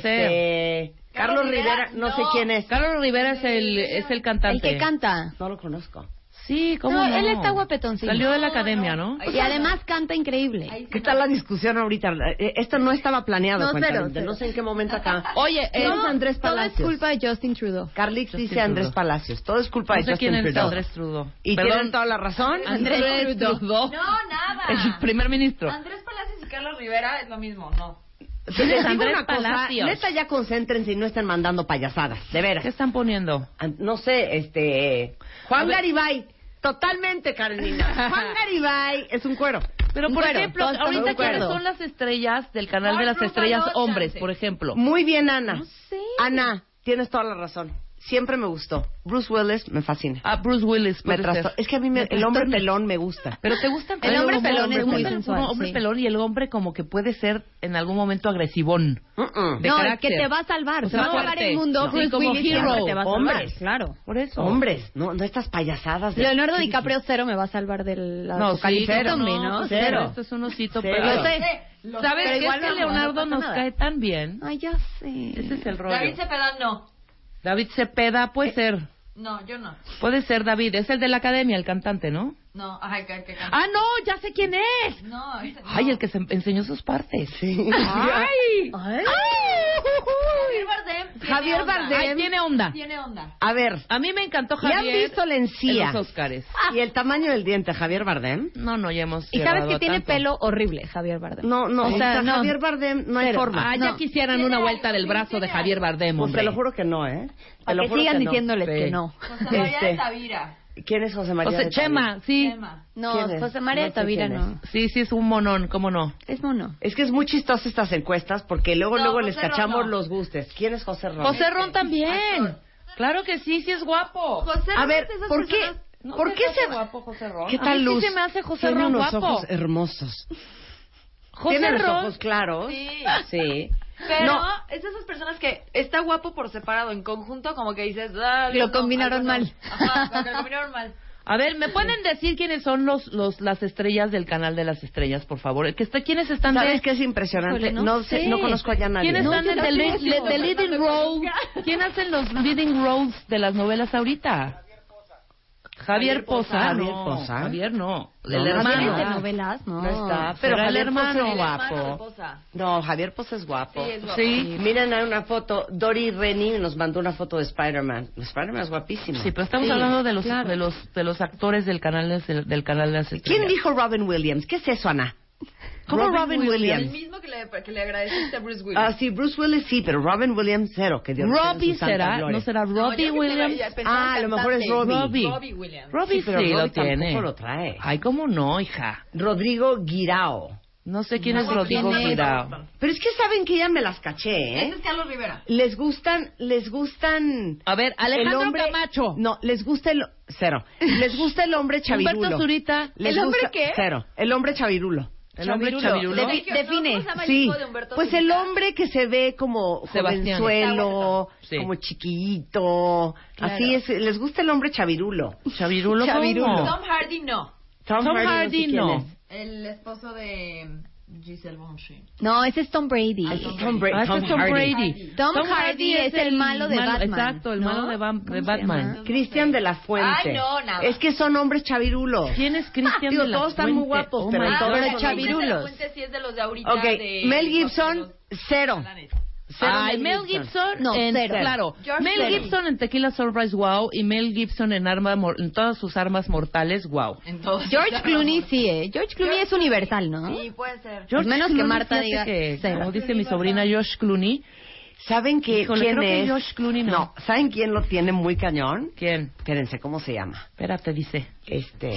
[SPEAKER 3] Este, Carlos Rivera, no, sé quién es.
[SPEAKER 5] Carlos Rivera es el, es el
[SPEAKER 7] El
[SPEAKER 5] cantante.
[SPEAKER 7] que canta.
[SPEAKER 3] No lo conozco.
[SPEAKER 5] Sí, ¿cómo no?
[SPEAKER 7] No, él está guapetoncillo.
[SPEAKER 5] Salió de la academia, ¿no?
[SPEAKER 7] Y además canta increíble.
[SPEAKER 3] ¿Qué tal la discusión ahorita? Eh, Esto no estaba planeado.
[SPEAKER 7] No,
[SPEAKER 3] cuéntame.
[SPEAKER 7] cero, cero.
[SPEAKER 3] No sé en qué momento acá.
[SPEAKER 5] Oye, eh,
[SPEAKER 3] No, Andrés
[SPEAKER 7] todo es
[SPEAKER 3] Palacios.
[SPEAKER 7] culpa de Justin Trudeau.
[SPEAKER 3] Carlix
[SPEAKER 5] Justin
[SPEAKER 3] dice Andrés
[SPEAKER 5] Trudeau.
[SPEAKER 3] Palacios. Todo es culpa
[SPEAKER 5] no
[SPEAKER 3] de
[SPEAKER 5] sé
[SPEAKER 3] Justin
[SPEAKER 5] quién es
[SPEAKER 3] Trudeau.
[SPEAKER 5] Andrés Trudeau.
[SPEAKER 3] Y tienen
[SPEAKER 5] Perdón,
[SPEAKER 3] toda la razón.
[SPEAKER 5] Andrés Trudeau.
[SPEAKER 8] No, nada.
[SPEAKER 5] El primer ministro.
[SPEAKER 8] Andrés Palacios y Carlos Rivera es lo mismo, no.
[SPEAKER 3] Sí, les digo
[SPEAKER 5] Andrés
[SPEAKER 3] una cosa,
[SPEAKER 5] Palacios.
[SPEAKER 3] neta ya concéntrense y no estén mandando payasadas, de
[SPEAKER 5] ¿Qué
[SPEAKER 3] veras.
[SPEAKER 5] están poniendo?
[SPEAKER 3] An- No sé, este
[SPEAKER 5] A
[SPEAKER 3] Juan
[SPEAKER 5] ver.
[SPEAKER 3] Garibay, totalmente Carolina. Juan Garibay es un cuero.
[SPEAKER 5] Pero,
[SPEAKER 3] Un
[SPEAKER 5] por
[SPEAKER 3] cuero,
[SPEAKER 5] ejemplo,
[SPEAKER 3] todos estamos de
[SPEAKER 5] ahorita, ¿quiénes
[SPEAKER 3] acuerdo.
[SPEAKER 5] son las estrellas del canal de las
[SPEAKER 8] Mark Ruffalo,
[SPEAKER 5] estrellas hombres,
[SPEAKER 8] chance.
[SPEAKER 5] por ejemplo?
[SPEAKER 7] Mm.
[SPEAKER 3] Muy bien, Ana.
[SPEAKER 7] sé.
[SPEAKER 5] Ah,
[SPEAKER 3] Ana, tienes toda la razón. Siempre me gustó. Bruce Willis me fascina.
[SPEAKER 5] Ah, Bruce Willis.
[SPEAKER 3] Me
[SPEAKER 5] puede
[SPEAKER 3] trastó-
[SPEAKER 5] ser.
[SPEAKER 3] Es que a mí me-
[SPEAKER 5] Me
[SPEAKER 3] el hombre
[SPEAKER 5] trastorna.
[SPEAKER 3] pelón me gusta.
[SPEAKER 5] Pero te gusta
[SPEAKER 7] El hombre
[SPEAKER 5] como
[SPEAKER 7] pelón es
[SPEAKER 5] te
[SPEAKER 7] muy
[SPEAKER 5] gusta
[SPEAKER 7] sensual,
[SPEAKER 5] como hombre
[SPEAKER 7] sí.
[SPEAKER 5] pelón y el hombre como que puede ser en algún momento agresivón.
[SPEAKER 3] Mm-mm.
[SPEAKER 5] de
[SPEAKER 7] no,
[SPEAKER 5] carácter. Pues
[SPEAKER 7] el que te va a salvar.
[SPEAKER 5] O
[SPEAKER 7] te
[SPEAKER 5] sea,
[SPEAKER 7] va a salvar
[SPEAKER 5] fuerte.
[SPEAKER 7] el mundo.
[SPEAKER 5] Sí,
[SPEAKER 7] Bruce
[SPEAKER 5] como
[SPEAKER 7] Willis siempre
[SPEAKER 5] hero.
[SPEAKER 7] te va a salvar.
[SPEAKER 3] Hombres.
[SPEAKER 7] Claro.
[SPEAKER 5] Por eso.
[SPEAKER 3] Hombres, no, no estas payasadas. de-
[SPEAKER 7] Leonardo DiCaprio cero me va a salvar del la
[SPEAKER 5] No, sí,
[SPEAKER 7] apocalipsis
[SPEAKER 5] cero,
[SPEAKER 7] zombie, ¿no?
[SPEAKER 5] pues,
[SPEAKER 3] Cero.
[SPEAKER 5] Esto es un osito,
[SPEAKER 3] Cero.
[SPEAKER 5] pero... este,
[SPEAKER 3] Lo sé,
[SPEAKER 8] lo
[SPEAKER 5] ¿Sabes
[SPEAKER 7] pero
[SPEAKER 5] qué? Es
[SPEAKER 7] igual
[SPEAKER 5] que
[SPEAKER 7] no, no
[SPEAKER 5] Leonardo
[SPEAKER 7] pasa
[SPEAKER 5] nos
[SPEAKER 7] nada.
[SPEAKER 5] cae tan bien.
[SPEAKER 7] Ay, ya sé.
[SPEAKER 5] Ese es el rollo.
[SPEAKER 8] David Cepeda no.
[SPEAKER 5] David Cepeda puede ser.
[SPEAKER 8] No, yo no.
[SPEAKER 5] Puede ser David. Es el de la academia, el cantante, ¿no?
[SPEAKER 8] No, ajá, que, que
[SPEAKER 5] ¡Ah, no! ¡Ya sé quién es!
[SPEAKER 8] No, ese- no.
[SPEAKER 5] Ay, el que se enseñó sus partes.
[SPEAKER 3] Sí.
[SPEAKER 5] ¡Ay!
[SPEAKER 3] Ay.
[SPEAKER 8] Javier Bardem. tiene
[SPEAKER 3] Javier
[SPEAKER 8] onda.
[SPEAKER 3] Bardem.
[SPEAKER 5] Ay, tiene onda.
[SPEAKER 8] Tiene onda.
[SPEAKER 3] A ver,
[SPEAKER 5] A mí me encantó
[SPEAKER 3] ¿ya
[SPEAKER 5] Javier.
[SPEAKER 3] han visto la encía
[SPEAKER 5] en los Óscares.
[SPEAKER 3] y el tamaño del diente Javier Bardem?
[SPEAKER 5] No, no, ya hemos
[SPEAKER 7] Y sabes
[SPEAKER 5] llegado
[SPEAKER 7] que
[SPEAKER 5] a
[SPEAKER 7] tiene
[SPEAKER 5] tanto.
[SPEAKER 7] pelo horrible, Javier Bardem.
[SPEAKER 3] No, no,
[SPEAKER 7] O sea, no.
[SPEAKER 3] Javier Bardem no hay
[SPEAKER 7] Cero.
[SPEAKER 3] forma.
[SPEAKER 5] Ah, ya quisieran una vuelta del brazo de Javier Bardem,
[SPEAKER 3] Pues
[SPEAKER 5] hombre.
[SPEAKER 3] te lo juro que no, ¿eh? Te
[SPEAKER 7] Para
[SPEAKER 3] lo
[SPEAKER 7] que
[SPEAKER 3] juro
[SPEAKER 7] sigan
[SPEAKER 3] no.
[SPEAKER 7] diciéndoles
[SPEAKER 5] Sí.
[SPEAKER 7] que no.
[SPEAKER 8] José María
[SPEAKER 3] Este.
[SPEAKER 8] de Tavira.
[SPEAKER 3] ¿Quién es José María?
[SPEAKER 5] José
[SPEAKER 3] de
[SPEAKER 5] Chema,
[SPEAKER 3] Tavira?
[SPEAKER 5] sí.
[SPEAKER 8] Chema.
[SPEAKER 7] No,
[SPEAKER 3] ¿Quién es?
[SPEAKER 7] José María
[SPEAKER 3] No sé
[SPEAKER 7] Tavira
[SPEAKER 3] quién
[SPEAKER 7] no.
[SPEAKER 5] Sí, sí, es un monón, ¿cómo no?
[SPEAKER 7] Es mono.
[SPEAKER 3] Es que es muy chistosa estas encuestas porque luego,
[SPEAKER 8] No,
[SPEAKER 3] luego
[SPEAKER 8] José
[SPEAKER 3] les cachamos
[SPEAKER 8] Ron no.
[SPEAKER 3] los gustes. ¿Quién es José Ron?
[SPEAKER 5] José Ron también. Claro que sí, sí es guapo.
[SPEAKER 8] José
[SPEAKER 3] A
[SPEAKER 8] Ron
[SPEAKER 3] ver,
[SPEAKER 8] es de esas
[SPEAKER 3] ¿por qué?
[SPEAKER 8] personas-
[SPEAKER 5] ¿No
[SPEAKER 3] ¿Por
[SPEAKER 5] se
[SPEAKER 3] qué
[SPEAKER 5] te hace
[SPEAKER 3] se
[SPEAKER 5] guapo José Ron?
[SPEAKER 3] ¿Qué
[SPEAKER 5] A
[SPEAKER 3] tal
[SPEAKER 5] mí sí
[SPEAKER 3] luz?
[SPEAKER 5] se me hace José
[SPEAKER 3] Tiene
[SPEAKER 5] Ron
[SPEAKER 3] unos
[SPEAKER 5] guapo.
[SPEAKER 3] ojos hermosos.
[SPEAKER 5] José
[SPEAKER 3] Tiene los
[SPEAKER 5] Ron.
[SPEAKER 3] ojos claros.
[SPEAKER 8] Sí.
[SPEAKER 3] Sí.
[SPEAKER 8] Pero
[SPEAKER 3] No.
[SPEAKER 8] es de esas personas que está guapo por separado, en conjunto como que dices... "Ah,
[SPEAKER 7] Lo
[SPEAKER 8] no,
[SPEAKER 7] combinaron
[SPEAKER 8] algo
[SPEAKER 7] mal.
[SPEAKER 8] no". Ajá, lo combinaron mal.
[SPEAKER 5] A ver, ¿me pueden decir quiénes son los, los las estrellas del canal de las estrellas, por favor? El Que está, ¿Quiénes están
[SPEAKER 3] ¿Sabes
[SPEAKER 5] de- este
[SPEAKER 3] qué es impresionante?
[SPEAKER 7] Híjole,
[SPEAKER 3] No,
[SPEAKER 7] no
[SPEAKER 3] sé,
[SPEAKER 5] Sí.
[SPEAKER 3] no conozco allá a nadie.
[SPEAKER 5] ¿Quiénes
[SPEAKER 3] No,
[SPEAKER 5] están
[SPEAKER 3] yo
[SPEAKER 5] en
[SPEAKER 3] no
[SPEAKER 5] the,
[SPEAKER 3] sé.
[SPEAKER 5] lead- le- the leading role? ¿Quién hacen los leading roles de las novelas ahorita? Javier Poza.
[SPEAKER 3] Javier
[SPEAKER 5] no,
[SPEAKER 3] Poza.
[SPEAKER 5] Javier no. El
[SPEAKER 3] No, no
[SPEAKER 5] hermano.
[SPEAKER 7] ¿Tienes
[SPEAKER 3] Ah.
[SPEAKER 7] de novelas? No.
[SPEAKER 5] No está.
[SPEAKER 3] Pero
[SPEAKER 5] Pero el
[SPEAKER 3] Javier Poza
[SPEAKER 5] hermano
[SPEAKER 3] es el
[SPEAKER 8] Hermano de
[SPEAKER 5] guapo.
[SPEAKER 8] Poza.
[SPEAKER 3] No, Javier Poza es guapo.
[SPEAKER 8] Sí, es guapo.
[SPEAKER 3] Y
[SPEAKER 5] Sí.
[SPEAKER 3] miren, hay una foto. Dori Renny nos mandó una foto de Spider-Man. Spider-Man es guapísimo.
[SPEAKER 5] Sí, pero estamos
[SPEAKER 3] Sí.
[SPEAKER 5] hablando de los, de los de los actores del canal de- del, canal de las
[SPEAKER 3] ¿Quién
[SPEAKER 5] estrellas.
[SPEAKER 3] dijo Robin Williams? ¿Qué es eso, Ana? ¿Cómo Robin, Williams?
[SPEAKER 8] El mismo que le, que le agradeciste a Bruce Willis.
[SPEAKER 3] Ah, sí, Bruce Willis sí, pero Robin Williams cero. Que Dios le tenga
[SPEAKER 5] Robbie
[SPEAKER 3] su santa
[SPEAKER 5] será,
[SPEAKER 3] gloria.
[SPEAKER 5] no será
[SPEAKER 8] No, yo
[SPEAKER 5] Robbie
[SPEAKER 8] que te
[SPEAKER 5] Williams.
[SPEAKER 8] vaya- pensaba
[SPEAKER 3] Ah, a
[SPEAKER 8] en
[SPEAKER 3] lo mejor es
[SPEAKER 8] cantante.
[SPEAKER 3] Robbie.
[SPEAKER 5] Robbie.
[SPEAKER 8] Robbie Williams.
[SPEAKER 5] Robbie
[SPEAKER 3] Sí,
[SPEAKER 5] sí,
[SPEAKER 3] pero Robbie
[SPEAKER 5] lo
[SPEAKER 3] tampoco
[SPEAKER 5] tiene.
[SPEAKER 3] lo trae.
[SPEAKER 5] Ay, cómo no, hija.
[SPEAKER 3] Rodrigo Guirao.
[SPEAKER 5] No sé quién
[SPEAKER 8] No,
[SPEAKER 5] es Rodrigo
[SPEAKER 8] ¿quién es?
[SPEAKER 5] Guirao.
[SPEAKER 3] Pero es que saben que ya me las caché,
[SPEAKER 8] Ese
[SPEAKER 3] ¿eh?
[SPEAKER 8] es Carlos Rivera.
[SPEAKER 3] Les gustan, les gustan...
[SPEAKER 5] A ver, Alejandro
[SPEAKER 3] el hombre,
[SPEAKER 5] Camacho.
[SPEAKER 3] No, les gusta el... Cero. Les gusta el hombre chavirulo.
[SPEAKER 5] Humberto Zurita.
[SPEAKER 3] Les
[SPEAKER 8] ¿El hombre
[SPEAKER 3] gusta-
[SPEAKER 8] qué?
[SPEAKER 3] Cero. El hombre chavirulo.
[SPEAKER 5] El hombre
[SPEAKER 3] Chavirulo.
[SPEAKER 5] chavirulo.
[SPEAKER 3] Defi-
[SPEAKER 8] ¿Qué-
[SPEAKER 7] define.
[SPEAKER 8] ¿Cómo se llama el
[SPEAKER 3] Sí,
[SPEAKER 8] hijo de Humberto
[SPEAKER 3] pues
[SPEAKER 8] Zurita?
[SPEAKER 3] el hombre que se ve como
[SPEAKER 5] Sebastián.
[SPEAKER 3] jovenzuelo,
[SPEAKER 5] Sí.
[SPEAKER 3] como chiquito,
[SPEAKER 5] Claro.
[SPEAKER 3] así es, les gusta el hombre chavirulo.
[SPEAKER 5] Chavirulo, ¿cómo?
[SPEAKER 8] Tom Hardy no.
[SPEAKER 3] Tom,
[SPEAKER 5] Tom
[SPEAKER 3] sé
[SPEAKER 5] Hardy
[SPEAKER 3] quién
[SPEAKER 5] no.
[SPEAKER 3] es.
[SPEAKER 8] El esposo de Giselle Bonshi.
[SPEAKER 7] No, ese es Tom Brady.
[SPEAKER 3] Ah, sí, Tom, Bra-
[SPEAKER 5] Ah, este
[SPEAKER 3] Tom
[SPEAKER 5] es Tom
[SPEAKER 3] Hardy.
[SPEAKER 5] Brady.
[SPEAKER 7] Tom Hardy es el malo de Batman,
[SPEAKER 5] Exacto, el
[SPEAKER 7] ¿no?
[SPEAKER 5] malo de, Bam- de
[SPEAKER 7] ¿Cómo se
[SPEAKER 5] Batman.
[SPEAKER 7] llama?
[SPEAKER 3] Cristian de la Fuente.
[SPEAKER 8] Ay, no, nada.
[SPEAKER 3] Es que son hombres chavirulos.
[SPEAKER 5] ¿Quién es Cristian
[SPEAKER 3] Digo,
[SPEAKER 5] de la
[SPEAKER 3] todos están muy
[SPEAKER 5] Fuente?
[SPEAKER 3] guapos,
[SPEAKER 5] Oh
[SPEAKER 3] pero
[SPEAKER 5] my
[SPEAKER 3] todos
[SPEAKER 5] God.
[SPEAKER 3] son
[SPEAKER 8] Giselle
[SPEAKER 3] chavirulos.
[SPEAKER 8] Ah, Fuentes sí es de los de ahorita.
[SPEAKER 3] Ok,
[SPEAKER 8] de-
[SPEAKER 3] Mel Gibson, cero. Cero
[SPEAKER 5] Ay, Mel Gibson
[SPEAKER 7] No,
[SPEAKER 5] en
[SPEAKER 7] cero.
[SPEAKER 5] claro,
[SPEAKER 8] George
[SPEAKER 5] Mel
[SPEAKER 8] Clooney.
[SPEAKER 5] Gibson en Tequila Sunrise Wow y Mel Gibson en arma mor- en todas sus armas mortales Wow.
[SPEAKER 8] Entonces,
[SPEAKER 7] George Clooney sí, ¿eh? George Clooney es universal, ¿no?
[SPEAKER 8] Sí, puede ser.
[SPEAKER 5] George
[SPEAKER 7] menos que
[SPEAKER 5] Clooney,
[SPEAKER 7] Marta
[SPEAKER 5] fíjate
[SPEAKER 7] diga
[SPEAKER 5] que,
[SPEAKER 7] cero.
[SPEAKER 5] como dice mi sobrina Josh Clooney,
[SPEAKER 3] ¿Saben que,
[SPEAKER 5] Híjole,
[SPEAKER 3] quién
[SPEAKER 5] creo que
[SPEAKER 3] es?
[SPEAKER 5] George Clooney no.
[SPEAKER 3] ¿saben quién lo tiene muy cañón?
[SPEAKER 5] ¿quién?
[SPEAKER 3] Espérense, ¿cómo se llama?
[SPEAKER 5] Espérate, dice.
[SPEAKER 3] Este,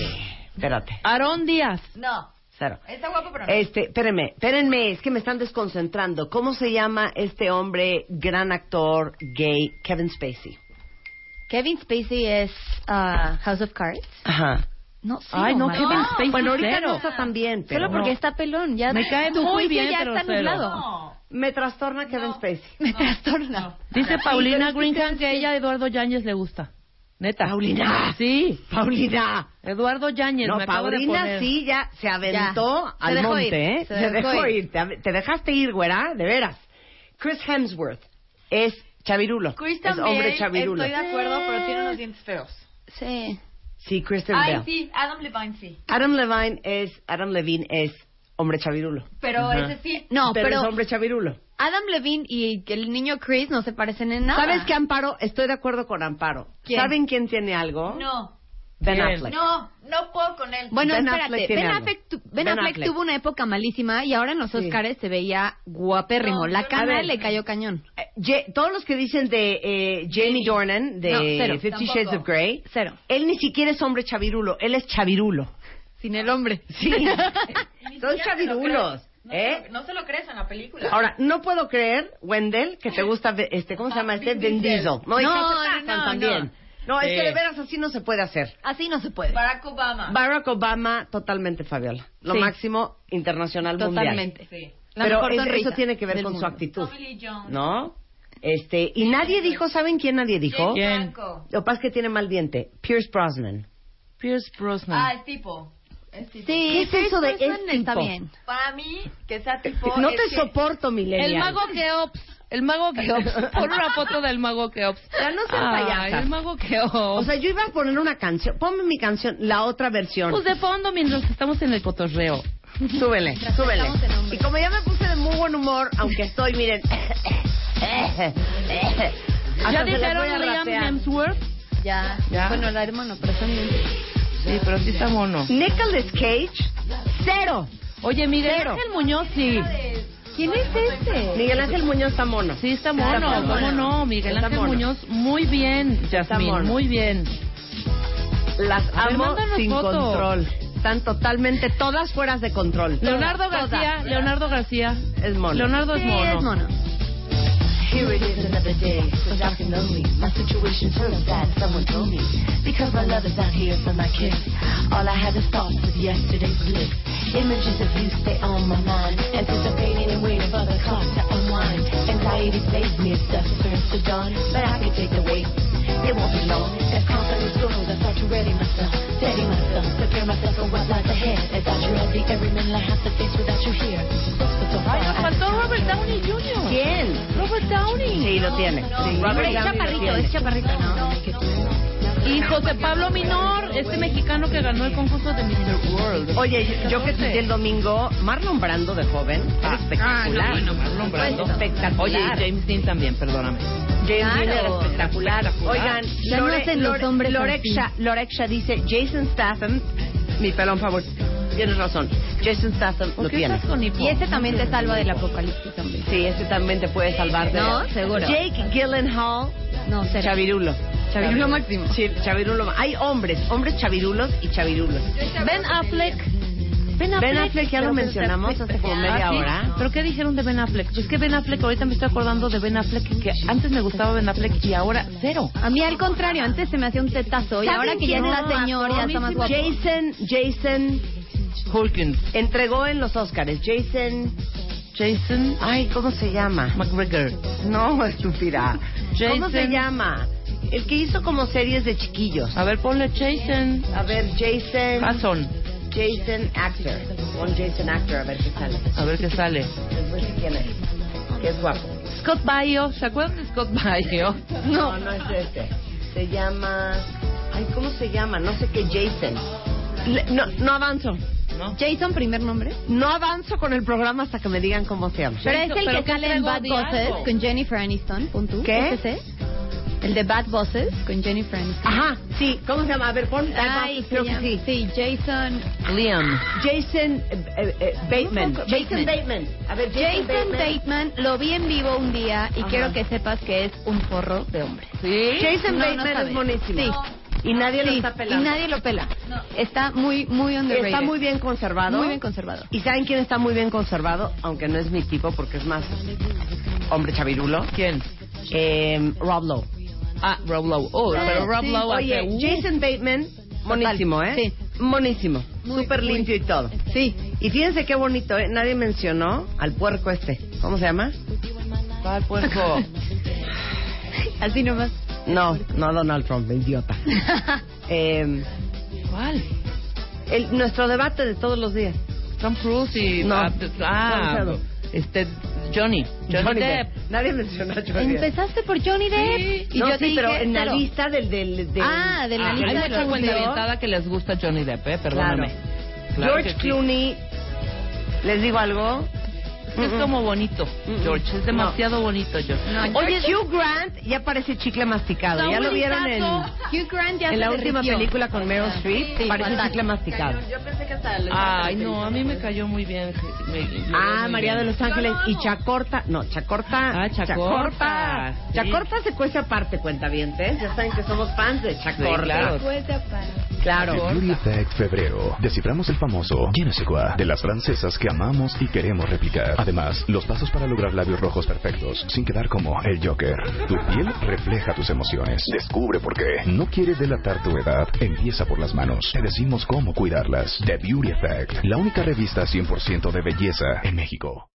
[SPEAKER 3] espérate,
[SPEAKER 5] Aarón Díaz.
[SPEAKER 8] No,
[SPEAKER 3] cero.
[SPEAKER 8] está guapo, pero no.
[SPEAKER 3] Este, espérenme, espérenme, es que me están desconcentrando. ¿Cómo se llama este hombre, gran actor, gay, Kevin Spacey?
[SPEAKER 7] Kevin Spacey es ah, House of Cards.
[SPEAKER 3] Ajá.
[SPEAKER 7] No, sí,
[SPEAKER 5] Ay, no,
[SPEAKER 7] Omar.
[SPEAKER 5] Kevin Spacey.
[SPEAKER 3] Bueno, ahorita
[SPEAKER 5] cero.
[SPEAKER 3] no está tan bien, pero
[SPEAKER 7] Solo porque
[SPEAKER 3] no.
[SPEAKER 7] está pelón, ya
[SPEAKER 5] Me cae
[SPEAKER 7] tu
[SPEAKER 5] muy
[SPEAKER 7] juicio
[SPEAKER 5] bien,
[SPEAKER 7] ya
[SPEAKER 5] pero
[SPEAKER 7] está
[SPEAKER 5] cero.
[SPEAKER 7] nublado.
[SPEAKER 8] No.
[SPEAKER 3] Me trastorna Kevin Spacey.
[SPEAKER 7] Me trastorna.
[SPEAKER 5] Dice Paulina Greenham que ella a Eduardo Yáñez le gusta. Neta.
[SPEAKER 3] Paulina.
[SPEAKER 5] Ah, Sí.
[SPEAKER 3] Paulina.
[SPEAKER 5] Eduardo Yáñez.
[SPEAKER 3] No,
[SPEAKER 5] me acabo de
[SPEAKER 3] Paulina
[SPEAKER 5] poner.
[SPEAKER 3] sí ya se aventó
[SPEAKER 7] Ya. Se
[SPEAKER 3] al
[SPEAKER 7] dejó
[SPEAKER 3] monte,
[SPEAKER 7] ir,
[SPEAKER 3] ¿eh?
[SPEAKER 7] se
[SPEAKER 3] Se
[SPEAKER 7] dejó
[SPEAKER 3] dejó
[SPEAKER 7] ir.
[SPEAKER 3] ir. Te, ave- te dejaste ir, güera, de veras. Chris Hemsworth es chavirulo.
[SPEAKER 8] Chris
[SPEAKER 3] es
[SPEAKER 8] también,
[SPEAKER 3] hombre chavirulo.
[SPEAKER 8] estoy de acuerdo, pero tiene unos dientes feos.
[SPEAKER 7] Sí.
[SPEAKER 3] Sí, Kristen
[SPEAKER 8] Eh. Ay,
[SPEAKER 3] Bell.
[SPEAKER 8] sí, Adam Levine sí.
[SPEAKER 3] Adam Levine es Adam Levine es hombre chavirulo.
[SPEAKER 8] Pero
[SPEAKER 5] Ajá.
[SPEAKER 8] ese sí.
[SPEAKER 7] No,
[SPEAKER 3] pero, es
[SPEAKER 7] pero
[SPEAKER 3] hombre chavirulo.
[SPEAKER 7] Adam Levine y el niño Chris no se parecen en nada.
[SPEAKER 3] ¿Sabes qué, Amparo? Estoy de acuerdo con Amparo.
[SPEAKER 7] ¿Quién?
[SPEAKER 3] ¿Saben quién tiene algo?
[SPEAKER 8] No,
[SPEAKER 3] Ben
[SPEAKER 5] ¿Quién?
[SPEAKER 3] Affleck.
[SPEAKER 8] no, no puedo con él.
[SPEAKER 7] Bueno,
[SPEAKER 3] Ben
[SPEAKER 7] espérate.
[SPEAKER 3] Affleck tiene
[SPEAKER 7] ben,
[SPEAKER 3] algo.
[SPEAKER 7] Affleck tu- Ben
[SPEAKER 3] Ben
[SPEAKER 7] Affleck
[SPEAKER 3] Affleck.
[SPEAKER 7] tuvo una época malísima y ahora en los
[SPEAKER 3] Sí.
[SPEAKER 7] Oscars se veía guapérrimo.
[SPEAKER 8] No,
[SPEAKER 7] La
[SPEAKER 8] yo-
[SPEAKER 7] cara
[SPEAKER 8] a ver.
[SPEAKER 7] le cayó cañón.
[SPEAKER 3] Eh, Ye- todos los que dicen de eh, Jamie Dornan de
[SPEAKER 7] No, cero.
[SPEAKER 3] Fifty
[SPEAKER 8] Tampoco.
[SPEAKER 3] Shades of Grey,
[SPEAKER 7] Cero.
[SPEAKER 3] él ni siquiera es hombre chavirulo, él es chavirulo.
[SPEAKER 7] Sin el hombre.
[SPEAKER 3] Sí.
[SPEAKER 8] Ni
[SPEAKER 3] Son
[SPEAKER 8] siquiera se lo
[SPEAKER 3] chavirulos,
[SPEAKER 8] crees. No se
[SPEAKER 3] ¿eh?
[SPEAKER 8] lo- No se lo crees en la película.
[SPEAKER 3] Ahora, no puedo creer, Wendell, que te gusta ve- este, ¿cómo se llama este?
[SPEAKER 8] Vin
[SPEAKER 3] Vin Diesel.
[SPEAKER 8] Diesel.
[SPEAKER 3] No, y
[SPEAKER 7] No,
[SPEAKER 3] no, se
[SPEAKER 7] no,
[SPEAKER 3] pasan
[SPEAKER 7] no,
[SPEAKER 3] también. No, es
[SPEAKER 5] Sí.
[SPEAKER 3] que de veras así no se puede hacer.
[SPEAKER 7] Así no se puede.
[SPEAKER 8] Barack Obama.
[SPEAKER 3] Barack Obama, totalmente Fabiola. Lo
[SPEAKER 7] Sí.
[SPEAKER 3] máximo internacional mundial.
[SPEAKER 7] Totalmente.
[SPEAKER 8] Sí.
[SPEAKER 7] La
[SPEAKER 3] Pero
[SPEAKER 7] mejor
[SPEAKER 3] es-
[SPEAKER 7] sonrisa
[SPEAKER 3] eso tiene que ver
[SPEAKER 7] del
[SPEAKER 3] con su
[SPEAKER 7] mundo.
[SPEAKER 3] actitud,
[SPEAKER 8] Tommy Lee Jones.
[SPEAKER 3] ¿no? Este, y nadie dijo, ¿saben quién nadie dijo?
[SPEAKER 8] James
[SPEAKER 5] ¿Quién?
[SPEAKER 8] Franco.
[SPEAKER 3] Lo que pasa es que tiene mal diente. Pierce Brosnan.
[SPEAKER 5] Pierce Brosnan.
[SPEAKER 8] Ah, es tipo. Es tipo.
[SPEAKER 7] Sí,
[SPEAKER 3] ¿Qué es
[SPEAKER 7] Pierce
[SPEAKER 3] eso de
[SPEAKER 7] Brosnan
[SPEAKER 3] es
[SPEAKER 7] Está
[SPEAKER 3] tipo?
[SPEAKER 7] bien.
[SPEAKER 8] Para mí, que sea tipo.
[SPEAKER 3] Eh, No
[SPEAKER 8] es
[SPEAKER 3] te
[SPEAKER 8] que-
[SPEAKER 3] soporto, Milenia.
[SPEAKER 5] El mago Keops. El mago Keops. Pon una foto del mago Keops.
[SPEAKER 3] Ya no seas
[SPEAKER 5] Ay,
[SPEAKER 3] payasa.
[SPEAKER 5] el mago Keops.
[SPEAKER 3] O sea, yo iba a poner una canción. Ponme mi canción, la otra versión.
[SPEAKER 5] pues de fondo mientras estamos en el cotorreo.
[SPEAKER 3] Súbele, súbele.
[SPEAKER 7] estamos en hombre.
[SPEAKER 3] Y como ya me puse de muy buen humor, aunque estoy, miren. hasta
[SPEAKER 5] ¿Ya
[SPEAKER 3] se las voy a
[SPEAKER 5] dijeron Liam
[SPEAKER 3] rapear.
[SPEAKER 5] Hemsworth?
[SPEAKER 7] Ya.
[SPEAKER 5] Ya.
[SPEAKER 7] Bueno, la hermano, pero son
[SPEAKER 5] Sí, pero sí está mono.
[SPEAKER 3] Nicolas Cage, cero.
[SPEAKER 5] Oye, Miguel
[SPEAKER 3] Cero.
[SPEAKER 5] Ángel Muñoz, sí.
[SPEAKER 7] ¿Quién es este?
[SPEAKER 3] Miguel Ángel Muñoz está mono.
[SPEAKER 5] Sí, está mono.
[SPEAKER 3] Está mono.
[SPEAKER 5] ¿Cómo no? Miguel
[SPEAKER 3] Está
[SPEAKER 5] Ángel
[SPEAKER 3] mono.
[SPEAKER 5] Muñoz, muy bien,
[SPEAKER 3] Está
[SPEAKER 5] Yasmín,
[SPEAKER 3] mono.
[SPEAKER 5] muy bien.
[SPEAKER 7] Las
[SPEAKER 5] A ver,
[SPEAKER 7] amo
[SPEAKER 5] mándanos
[SPEAKER 7] sin
[SPEAKER 5] fotos.
[SPEAKER 7] control. Están totalmente todas fueras de control.
[SPEAKER 5] Leonardo
[SPEAKER 7] Todas,
[SPEAKER 5] García,
[SPEAKER 7] todas.
[SPEAKER 5] Leonardo García.
[SPEAKER 7] Es mono.
[SPEAKER 5] Leonardo es
[SPEAKER 7] Sí,
[SPEAKER 5] mono.
[SPEAKER 7] es mono.
[SPEAKER 2] Here it is another day, so dark and lonely. My situation feels bad, someone told me. Because my love is out here for my kiss. All I have is thoughts of yesterday's bliss. Images of you stay on my mind. Anticipating and waiting for the clock to unwind. Anxiety plays me, it's the first of dawn. But I can take the weight. It won't be long. As confidence grows, I start to ready myself. Steady myself, prepare myself for what lies ahead. Without you, I'll be every minute I have to face without you here. That's what's so far.
[SPEAKER 5] Ay, nos faltó Robert Downey Jr.
[SPEAKER 3] ¿Quién?
[SPEAKER 5] Robert Downey.
[SPEAKER 3] Sí, lo tiene. Sí.
[SPEAKER 7] Pero es
[SPEAKER 3] Robert Downey
[SPEAKER 7] chaparrito,
[SPEAKER 3] lo tiene.
[SPEAKER 7] es chaparrito, ¿no?
[SPEAKER 5] Y José Pablo Minor, este mexicano que ganó el concurso de Mr. World.
[SPEAKER 3] Oye, yo- yo que estudié el domingo, Marlon Brando de joven,
[SPEAKER 5] Ah,
[SPEAKER 3] era espectacular. Pues,
[SPEAKER 5] Marlon Brando.
[SPEAKER 3] Espectacular.
[SPEAKER 5] Oye, y James Dean también, perdóname.
[SPEAKER 3] James Dean
[SPEAKER 7] Claro.
[SPEAKER 3] era espectacular. Oigan,
[SPEAKER 7] Ya no hacen los hombres
[SPEAKER 3] Lorexa, Lorexa dice, Jason Statham, mi pelón favorito. Tienes razón. Jason Statham lo
[SPEAKER 5] ¿Por qué
[SPEAKER 3] tiene.
[SPEAKER 5] estás con hipo?
[SPEAKER 7] Y ese también te salva del apocalipsis también.
[SPEAKER 3] Sí, ese también te puede salvar de...
[SPEAKER 7] No, seguro.
[SPEAKER 3] Jake Gyllenhaal,
[SPEAKER 7] No, será.
[SPEAKER 3] Chavirulo.
[SPEAKER 7] Chavirulo máximo.
[SPEAKER 3] Sí, Chavirulo. ma- Hay hombres, hombres chavirulos y chavirulos.
[SPEAKER 5] Ben Affleck. Ben
[SPEAKER 3] Ben Affleck ya lo mencionamos hace como media
[SPEAKER 5] ¿Ah, sí?
[SPEAKER 3] hora.
[SPEAKER 5] ¿Pero qué dijeron de Ben Affleck? Pues que Ben Affleck, ahorita me estoy acordando de Ben Affleck, que antes me gustaba Ben Affleck y ahora cero.
[SPEAKER 7] A mí al contrario, antes se me hacía un tetazo y ahora que ya
[SPEAKER 3] No,
[SPEAKER 7] está señor, ya está más guapo.
[SPEAKER 3] Jason, Jason Hulkins. Entregó en los Oscars. Jason. Jason. Ay, ¿cómo se llama?
[SPEAKER 5] McGregor.
[SPEAKER 3] No, estúpida. ¿Cómo
[SPEAKER 5] Jason-
[SPEAKER 3] se llama? El que hizo como series de chiquillos.
[SPEAKER 5] A ver, ponle Jason.
[SPEAKER 3] A ver, Jason.
[SPEAKER 5] Hudson.
[SPEAKER 3] Jason Actor. Pon Jason Actor, a ver qué sale.
[SPEAKER 5] A ver qué sale.
[SPEAKER 3] Después si quién es. Que es guapo.
[SPEAKER 5] Scott Baio. ¿Se acuerdan de Scott Baio?
[SPEAKER 3] No, no es este. Se llama. Ay, ¿cómo se llama? No sé qué, Jason. Le- No, no avanzo.
[SPEAKER 7] Jason, primer nombre.
[SPEAKER 3] No avanzo con el programa hasta que me digan cómo se llama.
[SPEAKER 7] Pero es el
[SPEAKER 5] pero
[SPEAKER 7] que
[SPEAKER 5] ¿qué
[SPEAKER 7] sale en
[SPEAKER 5] traigo
[SPEAKER 7] Bad
[SPEAKER 5] de
[SPEAKER 7] Bosses
[SPEAKER 5] algo?
[SPEAKER 7] con Jennifer Aniston. pon tú,
[SPEAKER 3] ¿Qué?
[SPEAKER 7] ese es. El de Bad Bosses con Jennifer Aniston.
[SPEAKER 3] Ajá, sí. ¿Cómo se llama? A ver, pon.
[SPEAKER 7] Ay,
[SPEAKER 3] creo
[SPEAKER 7] se
[SPEAKER 3] que
[SPEAKER 7] llama-
[SPEAKER 3] sí.
[SPEAKER 7] Sí, Jason.
[SPEAKER 5] Liam.
[SPEAKER 3] Jason eh, eh, eh, Bateman.
[SPEAKER 7] Bateman.
[SPEAKER 3] Jason Bateman. A ver, Jason,
[SPEAKER 7] Jason
[SPEAKER 3] Bateman.
[SPEAKER 7] Bateman lo vi en vivo un día y quiero que sepas que es un porro de hombre.
[SPEAKER 5] ¿Sí?
[SPEAKER 3] Jason
[SPEAKER 7] No, no
[SPEAKER 3] Bateman
[SPEAKER 7] sabes.
[SPEAKER 3] es buenísimo.
[SPEAKER 7] Sí.
[SPEAKER 3] Y nadie lo
[SPEAKER 7] Sí,
[SPEAKER 3] está pelando.
[SPEAKER 7] Y nadie lo pela. Está muy, muy underrated.
[SPEAKER 3] Está muy bien conservado.
[SPEAKER 7] Muy bien conservado.
[SPEAKER 3] ¿Y saben quién está muy bien conservado? Aunque no es mi tipo porque es más hombre chavirulo.
[SPEAKER 5] ¿Quién?
[SPEAKER 3] Eh, Rob Lowe.
[SPEAKER 5] Ah, Rob Lowe. Oh, pero Rob
[SPEAKER 7] sí.
[SPEAKER 5] Lowe hace...
[SPEAKER 3] Oye,
[SPEAKER 5] uh,
[SPEAKER 3] Jason Bateman, monísimo,
[SPEAKER 7] Total,
[SPEAKER 3] ¿eh? Monísimo. Súper limpio y todo.
[SPEAKER 7] Sí.
[SPEAKER 3] Y fíjense qué bonito, ¿eh? Nadie mencionó al puerco este. ¿Cómo se llama?
[SPEAKER 5] ¿Cuál puerco?
[SPEAKER 7] Así nomás.
[SPEAKER 3] No, no Donald Trump, idiota. Eh,
[SPEAKER 5] ¿Cuál?
[SPEAKER 3] el- nuestro debate de todos los días.
[SPEAKER 5] Tom Cruise y...
[SPEAKER 3] No.
[SPEAKER 5] Ah, Ah,
[SPEAKER 3] Tom Cruise.
[SPEAKER 5] este... Johnny. Johnny, Depp.
[SPEAKER 3] Nadie mencionó a Johnny Depp.
[SPEAKER 7] Empezaste por Johnny Depp y
[SPEAKER 3] no,
[SPEAKER 7] yo te
[SPEAKER 3] sí, pero
[SPEAKER 7] dije
[SPEAKER 3] en la
[SPEAKER 7] cero.
[SPEAKER 3] lista del... del, del-
[SPEAKER 7] Ah, de la
[SPEAKER 5] Ah,
[SPEAKER 7] lista
[SPEAKER 5] hay
[SPEAKER 7] de
[SPEAKER 5] mucha
[SPEAKER 7] los
[SPEAKER 5] cuentavientada que les gusta Johnny Depp, ¿eh? Perdóname. Claro
[SPEAKER 3] George
[SPEAKER 5] que sí.
[SPEAKER 3] Clooney, ¿les digo algo?
[SPEAKER 5] Es que Es como bonito, George. Es demasiado bonito, George.
[SPEAKER 3] Oye, Hugh Grant ya parece chicle masticado. Ya lo vieron en,
[SPEAKER 7] Hugh Grant ya
[SPEAKER 3] en
[SPEAKER 7] se
[SPEAKER 3] la última
[SPEAKER 7] derritió.
[SPEAKER 3] película con Meryl Streep.
[SPEAKER 7] Sí,
[SPEAKER 3] parece
[SPEAKER 7] fatal.
[SPEAKER 3] chicle masticado.
[SPEAKER 8] Yo pensé que hasta... les-
[SPEAKER 5] Ay, no, a mí me cayó muy bien. me- me- me-
[SPEAKER 3] Ah,
[SPEAKER 5] muy
[SPEAKER 3] María de
[SPEAKER 5] bien.
[SPEAKER 3] los Ángeles y Chacorta. No, Chacorta.
[SPEAKER 5] Ah, Chacorta.
[SPEAKER 3] Chacorta,
[SPEAKER 5] Sí.
[SPEAKER 3] Chacorta se cuece aparte, cuenta bien, Ya saben que somos fans de Chacorta.
[SPEAKER 5] claro.
[SPEAKER 7] Pues ya para.
[SPEAKER 3] Claro.
[SPEAKER 4] En Beauty Attack Febrero, desciframos el famoso Je ne sais quoi de las francesas que amamos y queremos replicar. Además, los pasos para lograr labios rojos perfectos sin quedar como el Joker. Tu piel refleja tus emociones. Descubre por qué. No quieres delatar tu edad. Empieza por las manos. Te decimos cómo cuidarlas. The Beauty Effect, la única revista 100% de belleza en México.